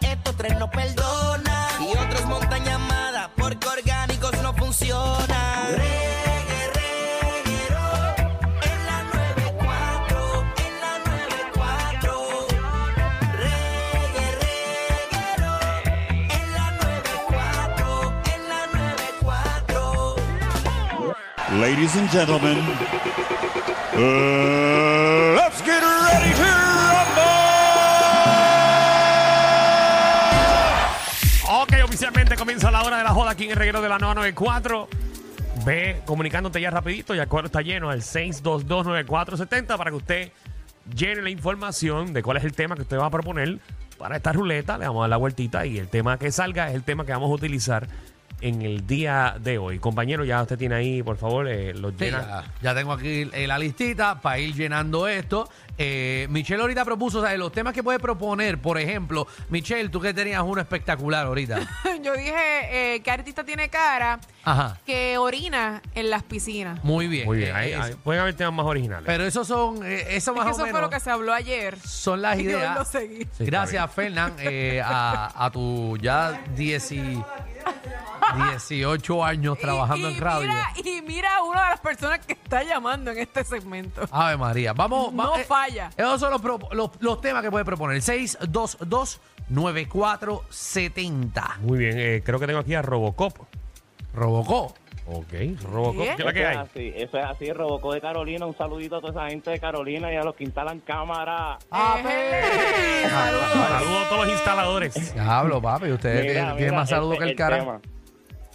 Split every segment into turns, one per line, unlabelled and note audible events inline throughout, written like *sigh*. Estos tres no perdona. Y otros montan llamada. Porque orgánicos no funcionan. En la 94, en la 94, reggae, reguero. En la 94, en la 94.
Ladies and gentlemen, uh, let's get ready to rumble!
Ok, oficialmente comienza la hora de la joda aquí en el reguero de la 994. Ve comunicándote ya rapidito, ya el cuadro está lleno al 6229470 para que usted llene la información de cuál es el tema que usted va a proponer para esta ruleta. Le vamos a dar la vueltita y el tema que salga es el tema que vamos a utilizar en el día de hoy. Compañero, ya usted tiene ahí, por favor, eh, los
Sí,
llena.
ya, ya tengo aquí eh, la listita para ir llenando esto. Eh, Michelle ahorita propuso, o sea, los temas que puede proponer, por ejemplo, Michelle, tú que tenías uno
*laughs*
espectacular ahorita.
*laughs* Yo dije eh, que artista tiene cara
Ajá.
que orina en las piscinas.
Muy bien.
Muy bien,
Eh,
ahí-
eh,
ahí- pueden haber temas más originales.
Pero esos son, eh, eso
Es
más
que
o
eso fue
menos
lo que se habló ayer. *laughs*
son las
Y hoy lo
ideas.
seguí.
Sí, está
Gracias, Fernán, eh, a, a tu ya 10 y- 18 años trabajando
y, y
en radio.
Mira, y mira a una de las personas que está llamando en este segmento.
Ave María. Vamos.
No
Ah, eh,
falla.
Esos son los, pro- los- los temas que puede proponer. 622-9470.
Muy bien, eh, creo que tengo aquí a Robocop.
Robocó.
Ok, Robocop,
¿Qué?
¿qué es la que hay?
Eso es así, eso es así, Robocó de Carolina. Un saludito a toda esa gente de Carolina y a los que instalan cámara.
Ah,
Saludos a todos los instaladores.
Diablo, papi. Ustedes
Mira,
tienen,
mira,
tienen más
este
saludo que
es
el cara.
tema.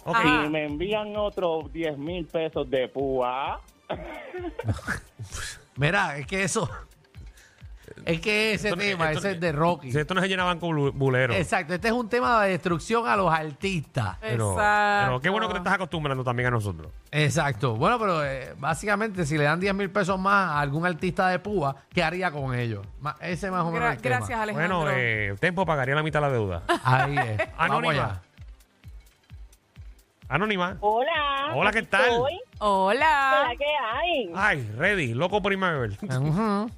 Ok.
Ah.
Ajá.
Si me envían otros 10 mil pesos de púa,
Mira, es que eso. Es que ese
Esto no-
tema,
esto-
ese es de Rocky.
Si esto no se llenaban con bu- bulero.
Exacto. Este es un tema de destrucción a los artistas.
Pero,
Exacto.
pero qué bueno que te estás acostumbrando también a nosotros.
Exacto. Bueno, pero eh, básicamente, si le dan 10 mil pesos más a algún artista de púa, ¿qué haría con ellos? Ma- Ese más o menos.
Gra-
es el tema.
gracias, Alejandro.
Bueno, eh, Tempo pagaría la mitad de la deuda.
Ahí es.
*laughs*
Vamos allá.
Anónima. Anónima.
Hola.
Hola, ¿qué
aquí
tal?
estoy.
Hola.
Hola, ¿qué hay?
Ay, ready, loco por irme a beber.
Ujú.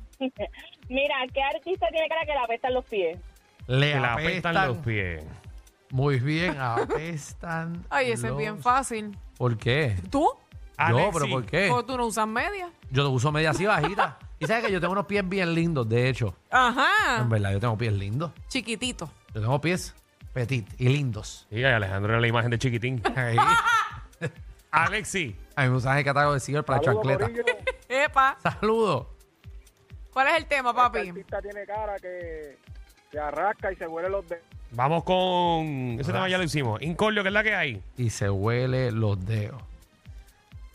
Mira, ¿qué artista tiene cara que le apestan los pies?
Le
Que la
apestan,
apestan los pies.
Muy bien, apestan.
*laughs* Ay, ese es
los-
bien fácil.
¿Por qué?
¿Tú?
Alexi,
Yo, pero ¿por qué?
¿O tú no usas medias?
Yo lo uso media así bajita. y sabes que yo tengo unos pies bien lindos, de hecho. En
Ajá.
verdad, yo tengo pies lindos.
Chiquitito.
Yo tengo pies petit y lindos. *laughs*
Sí, ay, Alejandro era la imagen de chiquitín.
Ahí.
Alexi.
A mí me usan el catálogo de Ciber para chancleta.
*laughs*
Epa.
Saludo.
¿Cuál es el tema, papi?
tiene cara que se arrasca y se huele los dedos.
Vamos con. Ese tema ya lo hicimos. Incordio, que es la que hay.
Y se huele los dedos.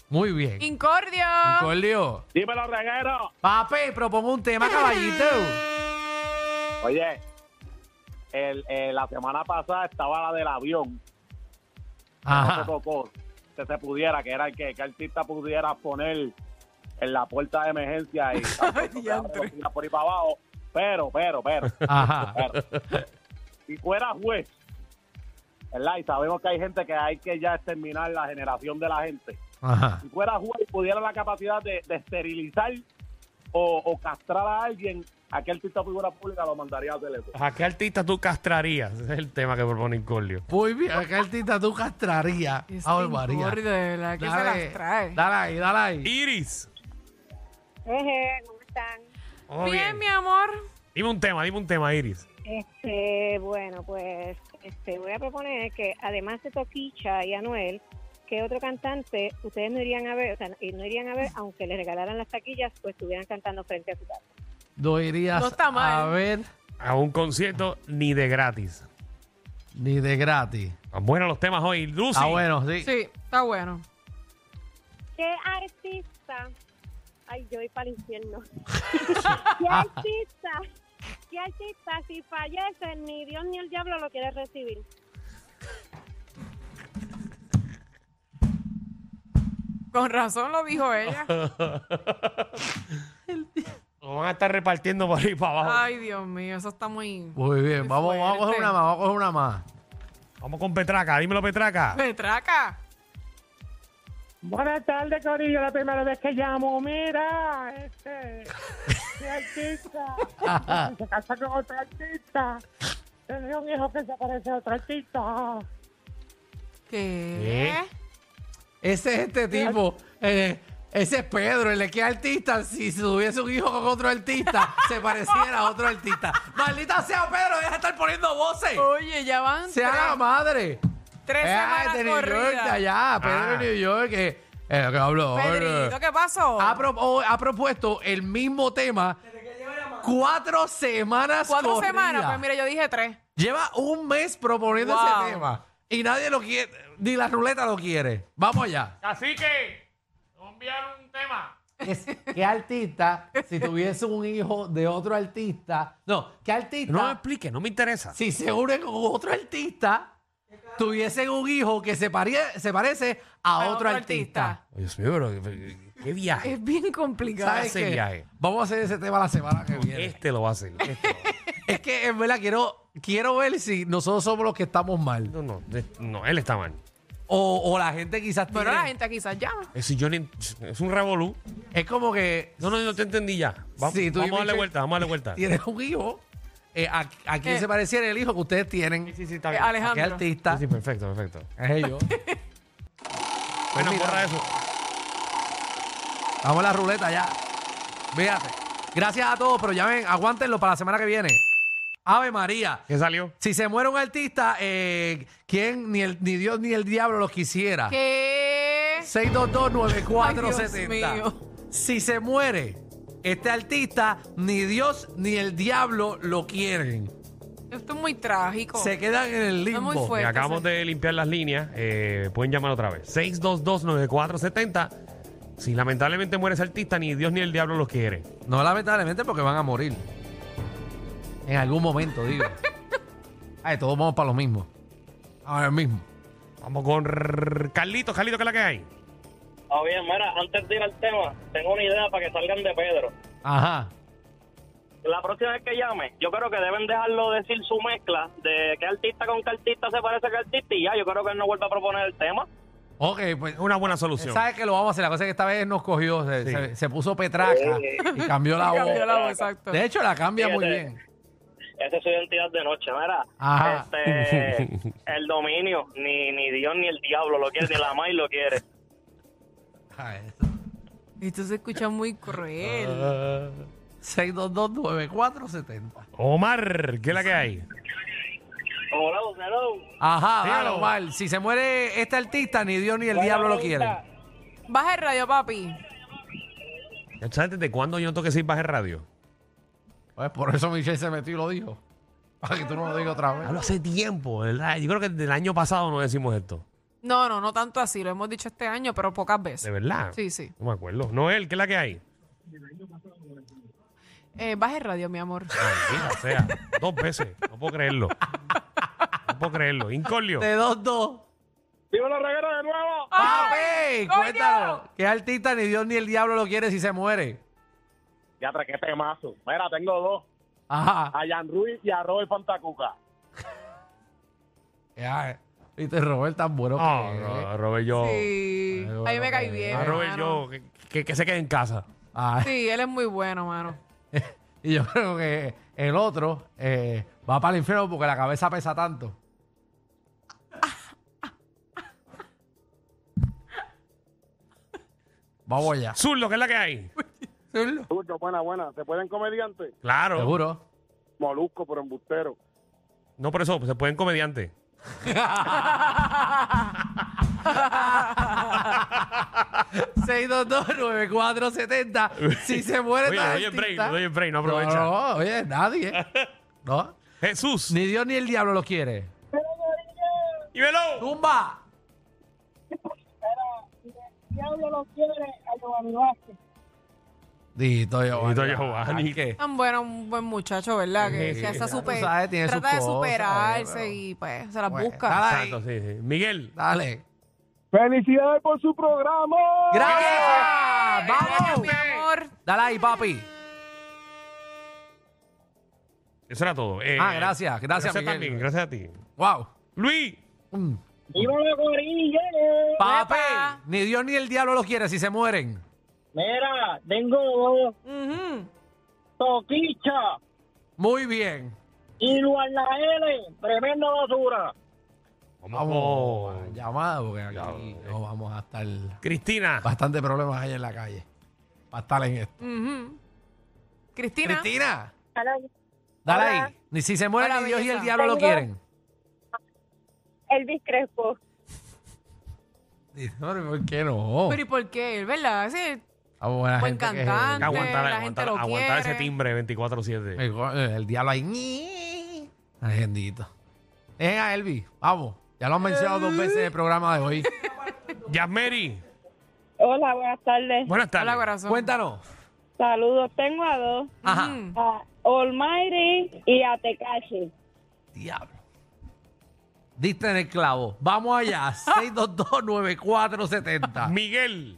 Muy bien.
Incordio.
Incordio.
Dímelo, reguero.
Papi, propongo un tema, caballito.
Oye, el- eh, la semana pasada estaba la del avión.
Ajá.
*laughs* se tocó, que se pudiera, que era el que, que artista pudiera poner en la puerta de emergencia y por ahí para abajo. Pero, pero, pero,
Ajá.
pero. Si fuera juez, ¿verdad? Y sabemos que hay gente que hay que ya exterminar la generación de la gente.
Ajá.
Si fuera juez, pudiera la capacidad de, de esterilizar o, o castrar a alguien, a qué artista o figura pública lo mandaría a teléfono.
¿A qué artista tú castrarías? Ese es el tema que propone Incordio.
Muy bien, ¿a qué artista tú castrarías?
Este
Ave Ah, María.
engorde, de verdad, que se las trae.
dale ahí, dale ahí.
Iris.
Jeje, ¿Cómo están?
¿cómo
Bien,
bien?
mi amor.
Dime un tema, dime un tema, Iris.
Este, bueno, pues este, voy a proponer que además de Toquicha y Anuel, que otro cantante ustedes no irían a ver, o sea, no irían a ver aunque les regalaran las taquillas o estuvieran cantando frente a su casa?
No irías
No está
a
mal.
ver
A un concierto ni de gratis.
ni de gratis.
Están Buenos los temas hoy. Lucy.
Ah, bueno, sí.
Sí, está bueno.
¿Qué artista? Ay, yo voy para el infierno. ¿Qué artista? ¿Qué artista si fallece ni Dios ni el diablo lo quiere recibir?
Con razón lo
*laughs*
dijo ella.
Lo van a estar repartiendo por ahí para abajo.
Ay, Dios mío, eso está muy...
Muy bien, vamos, vamos a coger
fuerte.
una más, vamos a coger una más.
Vamos con Petraca. Dímelo, Petraca.
¡Petraca!
Buenas tardes, Corillo, la primera vez que llamo. Mira, este, qué artista. se casa con otro artista. Tenía un hijo que se parece a otro artista.
¿Qué?
Ese es este tipo. eh, ese es Pedro, el de qué artista. Si se tuviese un hijo con otro
*laughs*
artista, se pareciera a otro artista. Maldita sea Pedro, deja de estar poniendo voces.
Oye, ya van
Sea la
tres,
madre.
tres
Ah,
semanas
de New York,
corridas.
de allá. Pedro
Ah.
de New York. eh, eh, que habló,
Pedrito,
eh.
¿qué pasó?
ha, pro- o- ha propuesto el mismo tema cuatro semanas
Cuatro
corridas.
semanas, pues mira, yo dije tres.
Lleva un mes proponiendo
Wow.
ese tema y nadie lo quiere, ni la ruleta lo quiere. Vamos allá.
Así que, enviar un tema.
Es- ¿Qué artista, si tuviese un hijo de otro artista, no, qué artista,
No me explique, no me interesa.
si se une con otro artista, tuviese un hijo que se, parie- se parece a,
A
otro,
otro
artista?
artista.
Oye, Dios mío, pero qué, qué viaje.
Es bien complicado.
¿Sabes
Ese
qué?
viaje.
Vamos a hacer ese tema la semana que viene.
Este lo va a hacer. este
*laughs* Es que en verdad quiero, quiero ver si nosotros somos los que estamos mal.
lo- no, no, de- no, él está mal.
O, o la gente quizás
Pero
tiene-
la gente quizás llama.
Es, si yo ni- es un revolú.
Es como que
No, no, no te entendí ya. Va-
Sí, tú
vamos a
y
darle
Michelle-
vuelta, vamos a darle vuelta.
tienes un hijo. eh, a, a quién
Eh.
se pareciera el hijo que ustedes tienen?
sí, sí, está
Eh,
bien.
¿A qué
Alejandro.
artista?
Sí, sí, perfecto, perfecto.
Es
*laughs*
ellos.
Bueno,
mira.
borra eso.
Vamos a la ruleta ya. Fíjate. Gracias a todos, pero ya ven, aguántenlo para la semana que viene. Ave María.
¿Qué salió?
Si se muere un artista, eh, ¿quién? Ni, el, ni Dios ni el diablo los quisiera.
¿Qué?
6229470.
Ay, Dios mío.
Si se muere este artista, ni Dios ni el diablo lo quieren.
Esto es muy trágico.
Se quedan en el
Es
limbo.
muy
Y Eh,
fuerte.
acabamos
sí.
de limpiar las líneas. eh, pueden llamar otra vez. 622-9470. Si lamentablemente muere ese artista, ni Dios ni el diablo los quiere.
No, lamentablemente, porque van a morir. En algún momento,
*laughs*
digo. Ay, todos vamos para lo mismo. Ahora mismo.
Vamos con rrr- Carlitos. Carlitos, ¿qué es la que hay?
Ah, bien, mira, antes de ir al tema, tengo una idea para que salgan de Pedro.
Ajá.
La próxima vez que llame, yo creo que deben dejarlo decir su mezcla de qué artista con qué artista se parece a qué artista y ya, yo creo que él no vuelva a proponer el tema.
Ok, pues.
Una buena solución.
Sabes que lo vamos a hacer. La cosa es que esta vez nos cogió, se,
Sí.
se- se puso
*laughs*
petraca y cambió la voz.
Cambió la voz, exacto.
De hecho, la cambia muy
Fíjate.
bien.
Esa es su identidad de noche, mira.
Ajá.
Este, el dominio, ni, ni Dios ni el diablo lo quiere, ni la May lo quiere.
*laughs* Ay.
Esto se escucha muy
Ah.
cruel.
6229470.
Omar, ¿qué es la que hay?
Hola, Bucerón.
Ajá,
Dígalo.
dale, Omar. Si se muere este artista, ni Dios ni el diablo lo quiere.
Baja el radio, papi.
Ya ¿Sabes desde cuándo yo no tengo que decir baje radio?
Pues por eso Michelle se metió y lo dijo. Para que tú no lo digas otra vez.
Hablo hace tiempo, ¿verdad? Yo creo que desde el año pasado no decimos esto.
No, no, no tanto así. Lo hemos dicho este año, pero pocas
¿De
veces.
verdad?
Sí, sí.
No me acuerdo. Noel, ¿qué es la que hay?
Eh, baja el radio, mi amor.
Ay, mira,
*laughs*
o sea, dos veces. No puedo creerlo. No puedo creerlo. Incolio.
De 2-2.
Dímelo, reguero, de nuevo.
¡Papi!
¡Ay,
Cuéntanos.
coño!
¿Qué artista ni Dios ni el diablo lo quiere si se muere?
Ya, pero qué temazo. Mira, tengo dos.
Ajá.
A Jan Ruiz y a Robert Pantacuca.
Ya. eh. Viste, Robert tan bueno que
Ah, No,
es.
no, Robert, yo.
Sí.
Ay, bueno,
Ahí me cae
que-
bien.
Ah, Robert,
hermano.
yo. Que, que- que se quede en casa.
Ay,
Sí, él es muy bueno, mano.
y yo creo que el otro eh, va para el infierno porque la cabeza pesa tanto. Vamos allá.
Zurdo, ¿qué es la que hay?
*laughs*
Zurdo, buena, buena. ¿Se pueden comediantes?
Claro.
*laughs* Seguro.
Molusco, pero embustero.
No, por eso, pues, se pueden comediantes.
setenta Si se muere
Oye,
esta
no doy el break,
artista-
no doy el break, no
No,
aprovecha.
no, oye, nadie. No.
Jesús.
Ni Dios ni el diablo lo quiere.
Y velo.
¡Tumba!
Diablo lo quiere a Giovanni Vázquez.
Dito Giovanni.
Dito Giovanni.
Ay, que-
Tan bueno, un buen muchacho, ¿verdad? Que
Sí,
se hace
ya tú
super,
sabes, tiene sus
trata de
cosas,
superarse
pero-
y pues se las
Bueno,
busca.
nada, Ay.
Exacto, sí, sí. Miguel.
Dale.
¡Felicidades por su programa!
¡Gracias!
Gracias, mi
¡Vamos!
amor.
Dale ahí, papi.
Eso era todo. Eh,
Ah, gracias, gracias, Miguel.
también, gracias a ti.
¡Wow! Mm.
Luis.
¡Viva la gorilla!
¡Papi!
Epa.
Ni Dios ni el diablo los quiere si se mueren.
Mira, tengo dos.
Ujú.
Toquicha
Muy bien.
y L, tremenda basura.
Vamos.
Vamos.
Llamada, porque aquí no vamos a estar.
Cristina.
Bastante problemas hay en la calle. Para estar en esto.
Cristina.
Cristina, dale
Hola.
ahí. Ni si se mueren
Hola,
ni Dios y
belleza.
el diablo lo
Tengo-
quieren.
Elvis Crespo.
Dice, "Hombre, ¿Por qué no?
Pero ¿y por qué? ¿Verdad? Sí,
Ah, buena
buen
Oh. gente que es-
Hay que
cantante.
Aguantar,
La
aguantar,
gente lo
aguantar ese
quiere.
timbre 24-7.
El, go- eh, el diablo ahí. ñi. Ay, bendito. Dejen a Elvis. Vamos. Ya lo han mencionado dos veces en el programa de
*laughs*
hoy.
Yasmeri.
Hola, buenas tardes.
Buenas tardes.
Hola, corazón.
Cuéntanos.
Saludos. Tengo a dos.
Ajá.
Mm.
A Almighty y a Tekashi.
Diablo. Diste en el clavo. Vamos
*laughs*
allá. 6229470.
Miguel.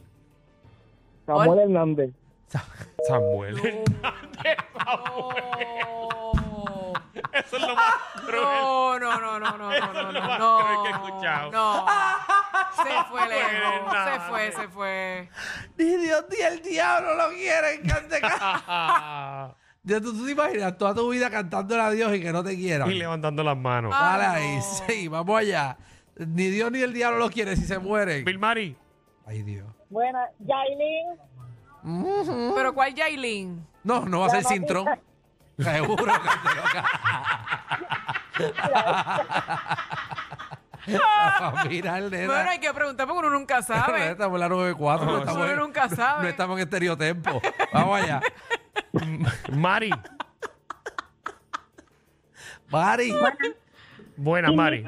Samuel Hernández.
Samuel. *laughs*
Oh.
Eso es lo más cruel.
Ah, No, no, no, no, no,
es lo
no, no, no,
más *laughs* cruel que he escuchado.
no, no. Se fue lejos,
Buena.
se fue, se fue.
Ni Dios ni el diablo lo quieren. cante *laughs* ca-
Ah.
Dios, ¿tú, tú te imaginas toda tu vida cantándole a Dios y que no te quieran.
y levantando las manos.
Dale
Ah,
ahí.
no.
Sí, vamos allá. Ni Dios ni el diablo lo quiere si se mueren.
Vilmari.
Ay, Dios.
Buenas, Yailin.
Pero ¿cuál Yailin?
*laughs* No, no va a ser
*laughs*
Sintrón. Seguro que te toca. *laughs* Vamos a mirar, nena.
Bueno, hay que preguntar porque uno
*laughs*
nunca sabe.
Estamos en la 94. No, estamos
Uno
en-
nunca sabe.
No estamos en estereotempo. Vamos
*laughs*
allá.
Mari.
Mari.
Buena, Mari.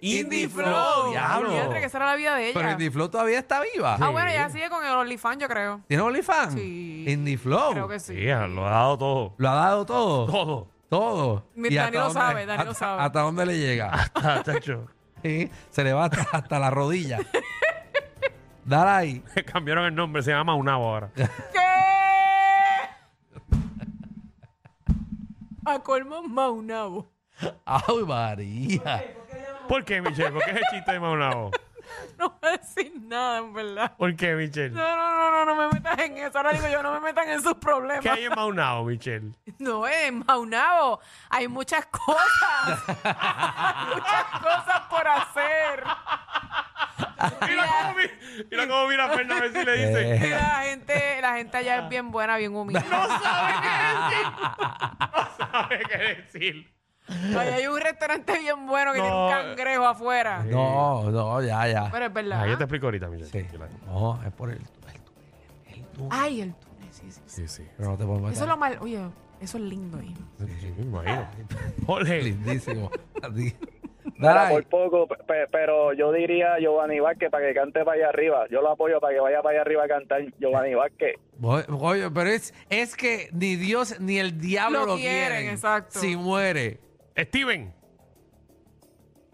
Indie Flow. Diablo.
Diantre, que esa era la vida de
Pero
ella.
Indie Flow todavía está viva.
Ah, bueno, ella sigue con el OnlyFans, yo creo.
¿Tiene OnlyFans?
Sí.
Indie Flow.
Creo que sí.
Sí, lo ha dado todo.
Lo ha dado todo.
Todo.
*laughs*
Todo.
Mi-
hasta
Danilo
dónde-
sabe, Danilo
hasta-
sabe.
¿Hasta dónde le llega?
Ah, chacho.
Sí, Se le va hasta, hasta la
*laughs*
rodilla. Dale ahí.
*laughs* Cambiaron el nombre, se llama Unabo
*laughs*
ahora.
¿Qué? A colmo Maunabo.
¡Ay, María!
¿Por qué, Michelle? ¿Por qué es el chiste de Maunabo?
No voy a decir nada, en verdad.
¿Por qué, Michelle?
No, no, no, no, no me metas en eso. Ahora digo yo, no me metan en sus problemas.
¿Qué hay en Maunabo, Michelle?
No, eh, en Maunabo hay muchas cosas. Hay muchas cosas por hacer.
*laughs* Mira cómo, mi- mira cómo mira a Fernando a ver si le dice.
Eh.
Y la gente, la gente allá es bien buena, bien humilde.
¿Sabe qué decir?
Ahí hay un restaurante bien bueno que tiene un
No.
cangrejo afuera.
No, no, ya, ya.
Pero es verdad.
Ah, yo te explico ahorita, Michelle.
Sí.
Tranquila.
No, es por el, el túnel. El túnel.
Ay, el túnel, sí, sí. sí.
Sí, sí.
Pero no te puedo
Eso es lo mal. Oye, eso es lindo ahí.
Sí, me imagino. Jorge.
*laughs*
Lindísimo. A ti. Dale ahí.
Por poco, pe- pe- pero yo diría Giovanni Vázquez para que cante para allá arriba. Yo lo apoyo para que vaya para allá arriba a cantar Giovanni Vázquez.
Voy- voy- pero es, es que ni Dios ni el diablo lo,
Lo quieren, exacto.
Si muere.
Steven.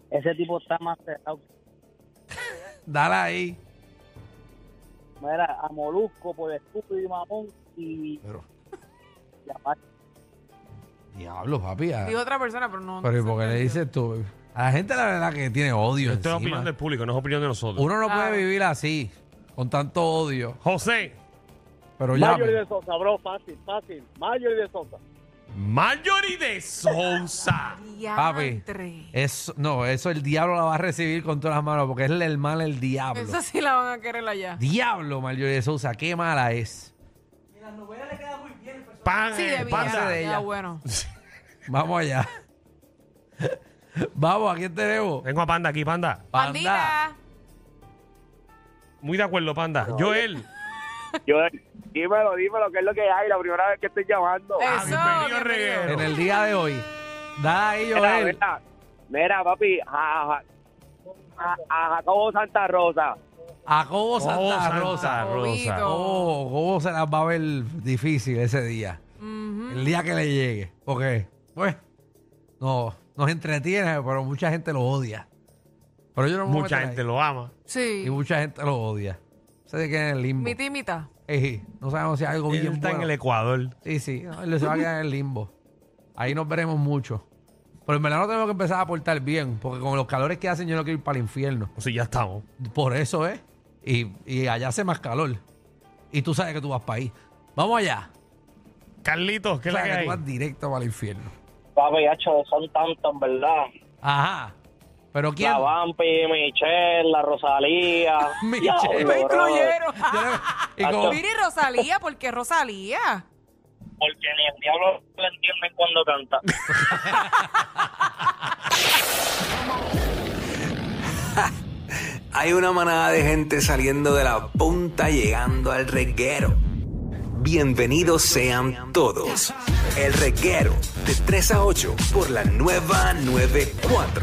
Ese tipo está más cerrado.
Dale ahí.
Mira, a Molusco por estúpido y mamón y
Pero,
la más
diablo, papi. ah.
Dijo otra persona, pero no.
Pero ¿y
no
por qué
sé
le
qué
dices tú? A la gente la verdad que tiene odio
Esto es
encima.
opinión del público, no es opinión de nosotros.
Uno no
Claro.
puede vivir así, con tanto odio.
José.
Pero ya.
Marjorie de Sosa, bro, fácil, fácil. Marjorie de Sosa.
Marjorie de Sousa.
Papi, Eh,
Diantre.
eso, no, eso el diablo la va a recibir con todas las manos porque es el mal el diablo.
Esa *laughs* sí la van a querer allá.
Diablo, Marjorie de Sousa, qué mala es.
Pan,
Sí, de
pan-
pasa de
vida.
ella.
Ya, bueno.
Vamos allá. *laughs* Vamos, ¿a quién tenemos?
Tengo a Panda aquí, Panda.
Pandita.
Muy de acuerdo, Panda. Joel.
Yo, dímelo, dímelo, ¿qué es lo que hay? La primera vez que estoy llamando.
Eso.
bienvenido,
bienvenido.
reguero.
En el día de hoy. Da ahí,
Mira,
Joel.
mira, mira, papi, a, a, a- a Jacobo Santa Rosa.
A Cobo Santa
Oh, Santa
Rosa.
Rosa.
Bobito.
Oh, Cobo se las va a ver difícil ese día. El día que le llegue. Porque, pues, no, nos entretiene, pero mucha gente lo odia. Pero yo no me voy a
Mucha
meter
gente
ahí.
lo ama.
Sí.
Y mucha gente lo odia. Se te queda en el limbo.
Mi timita.
Ejí, no sabemos si hay algo
Él
bien
está en
bueno.
el Ecuador.
Sí, sí, no, él se va a quedar en el limbo. Ahí nos veremos mucho. Pero en verdad no tenemos que empezar a portar bien, porque con los calores que hacen yo no quiero ir para el infierno.
O sea, ya estamos.
Por eso es. Y, y allá hace más calor. Y tú sabes que tú vas para ahí. Vamos allá.
Carlitos, ¿qué es
Tú
la
sabes
que
que
hay?
tú vas directo para el infierno.
Papi, hecho, son tantos, ¿verdad?
Ajá. Pero ¿quién?
La
*laughs*
Vampi, Michelle, la Rosalía.
Michelle.
Diablo,
Me incluyeron.
Y como-
ah, Mira, y Rosalía, ¿por qué Rosalía?
Porque ni el diablo la entiende cuando canta.
*laughs* Hay una manada de gente saliendo de la punta llegando al reguero. Bienvenidos sean todos. El reguero de 3 a 8 por la nueva 94.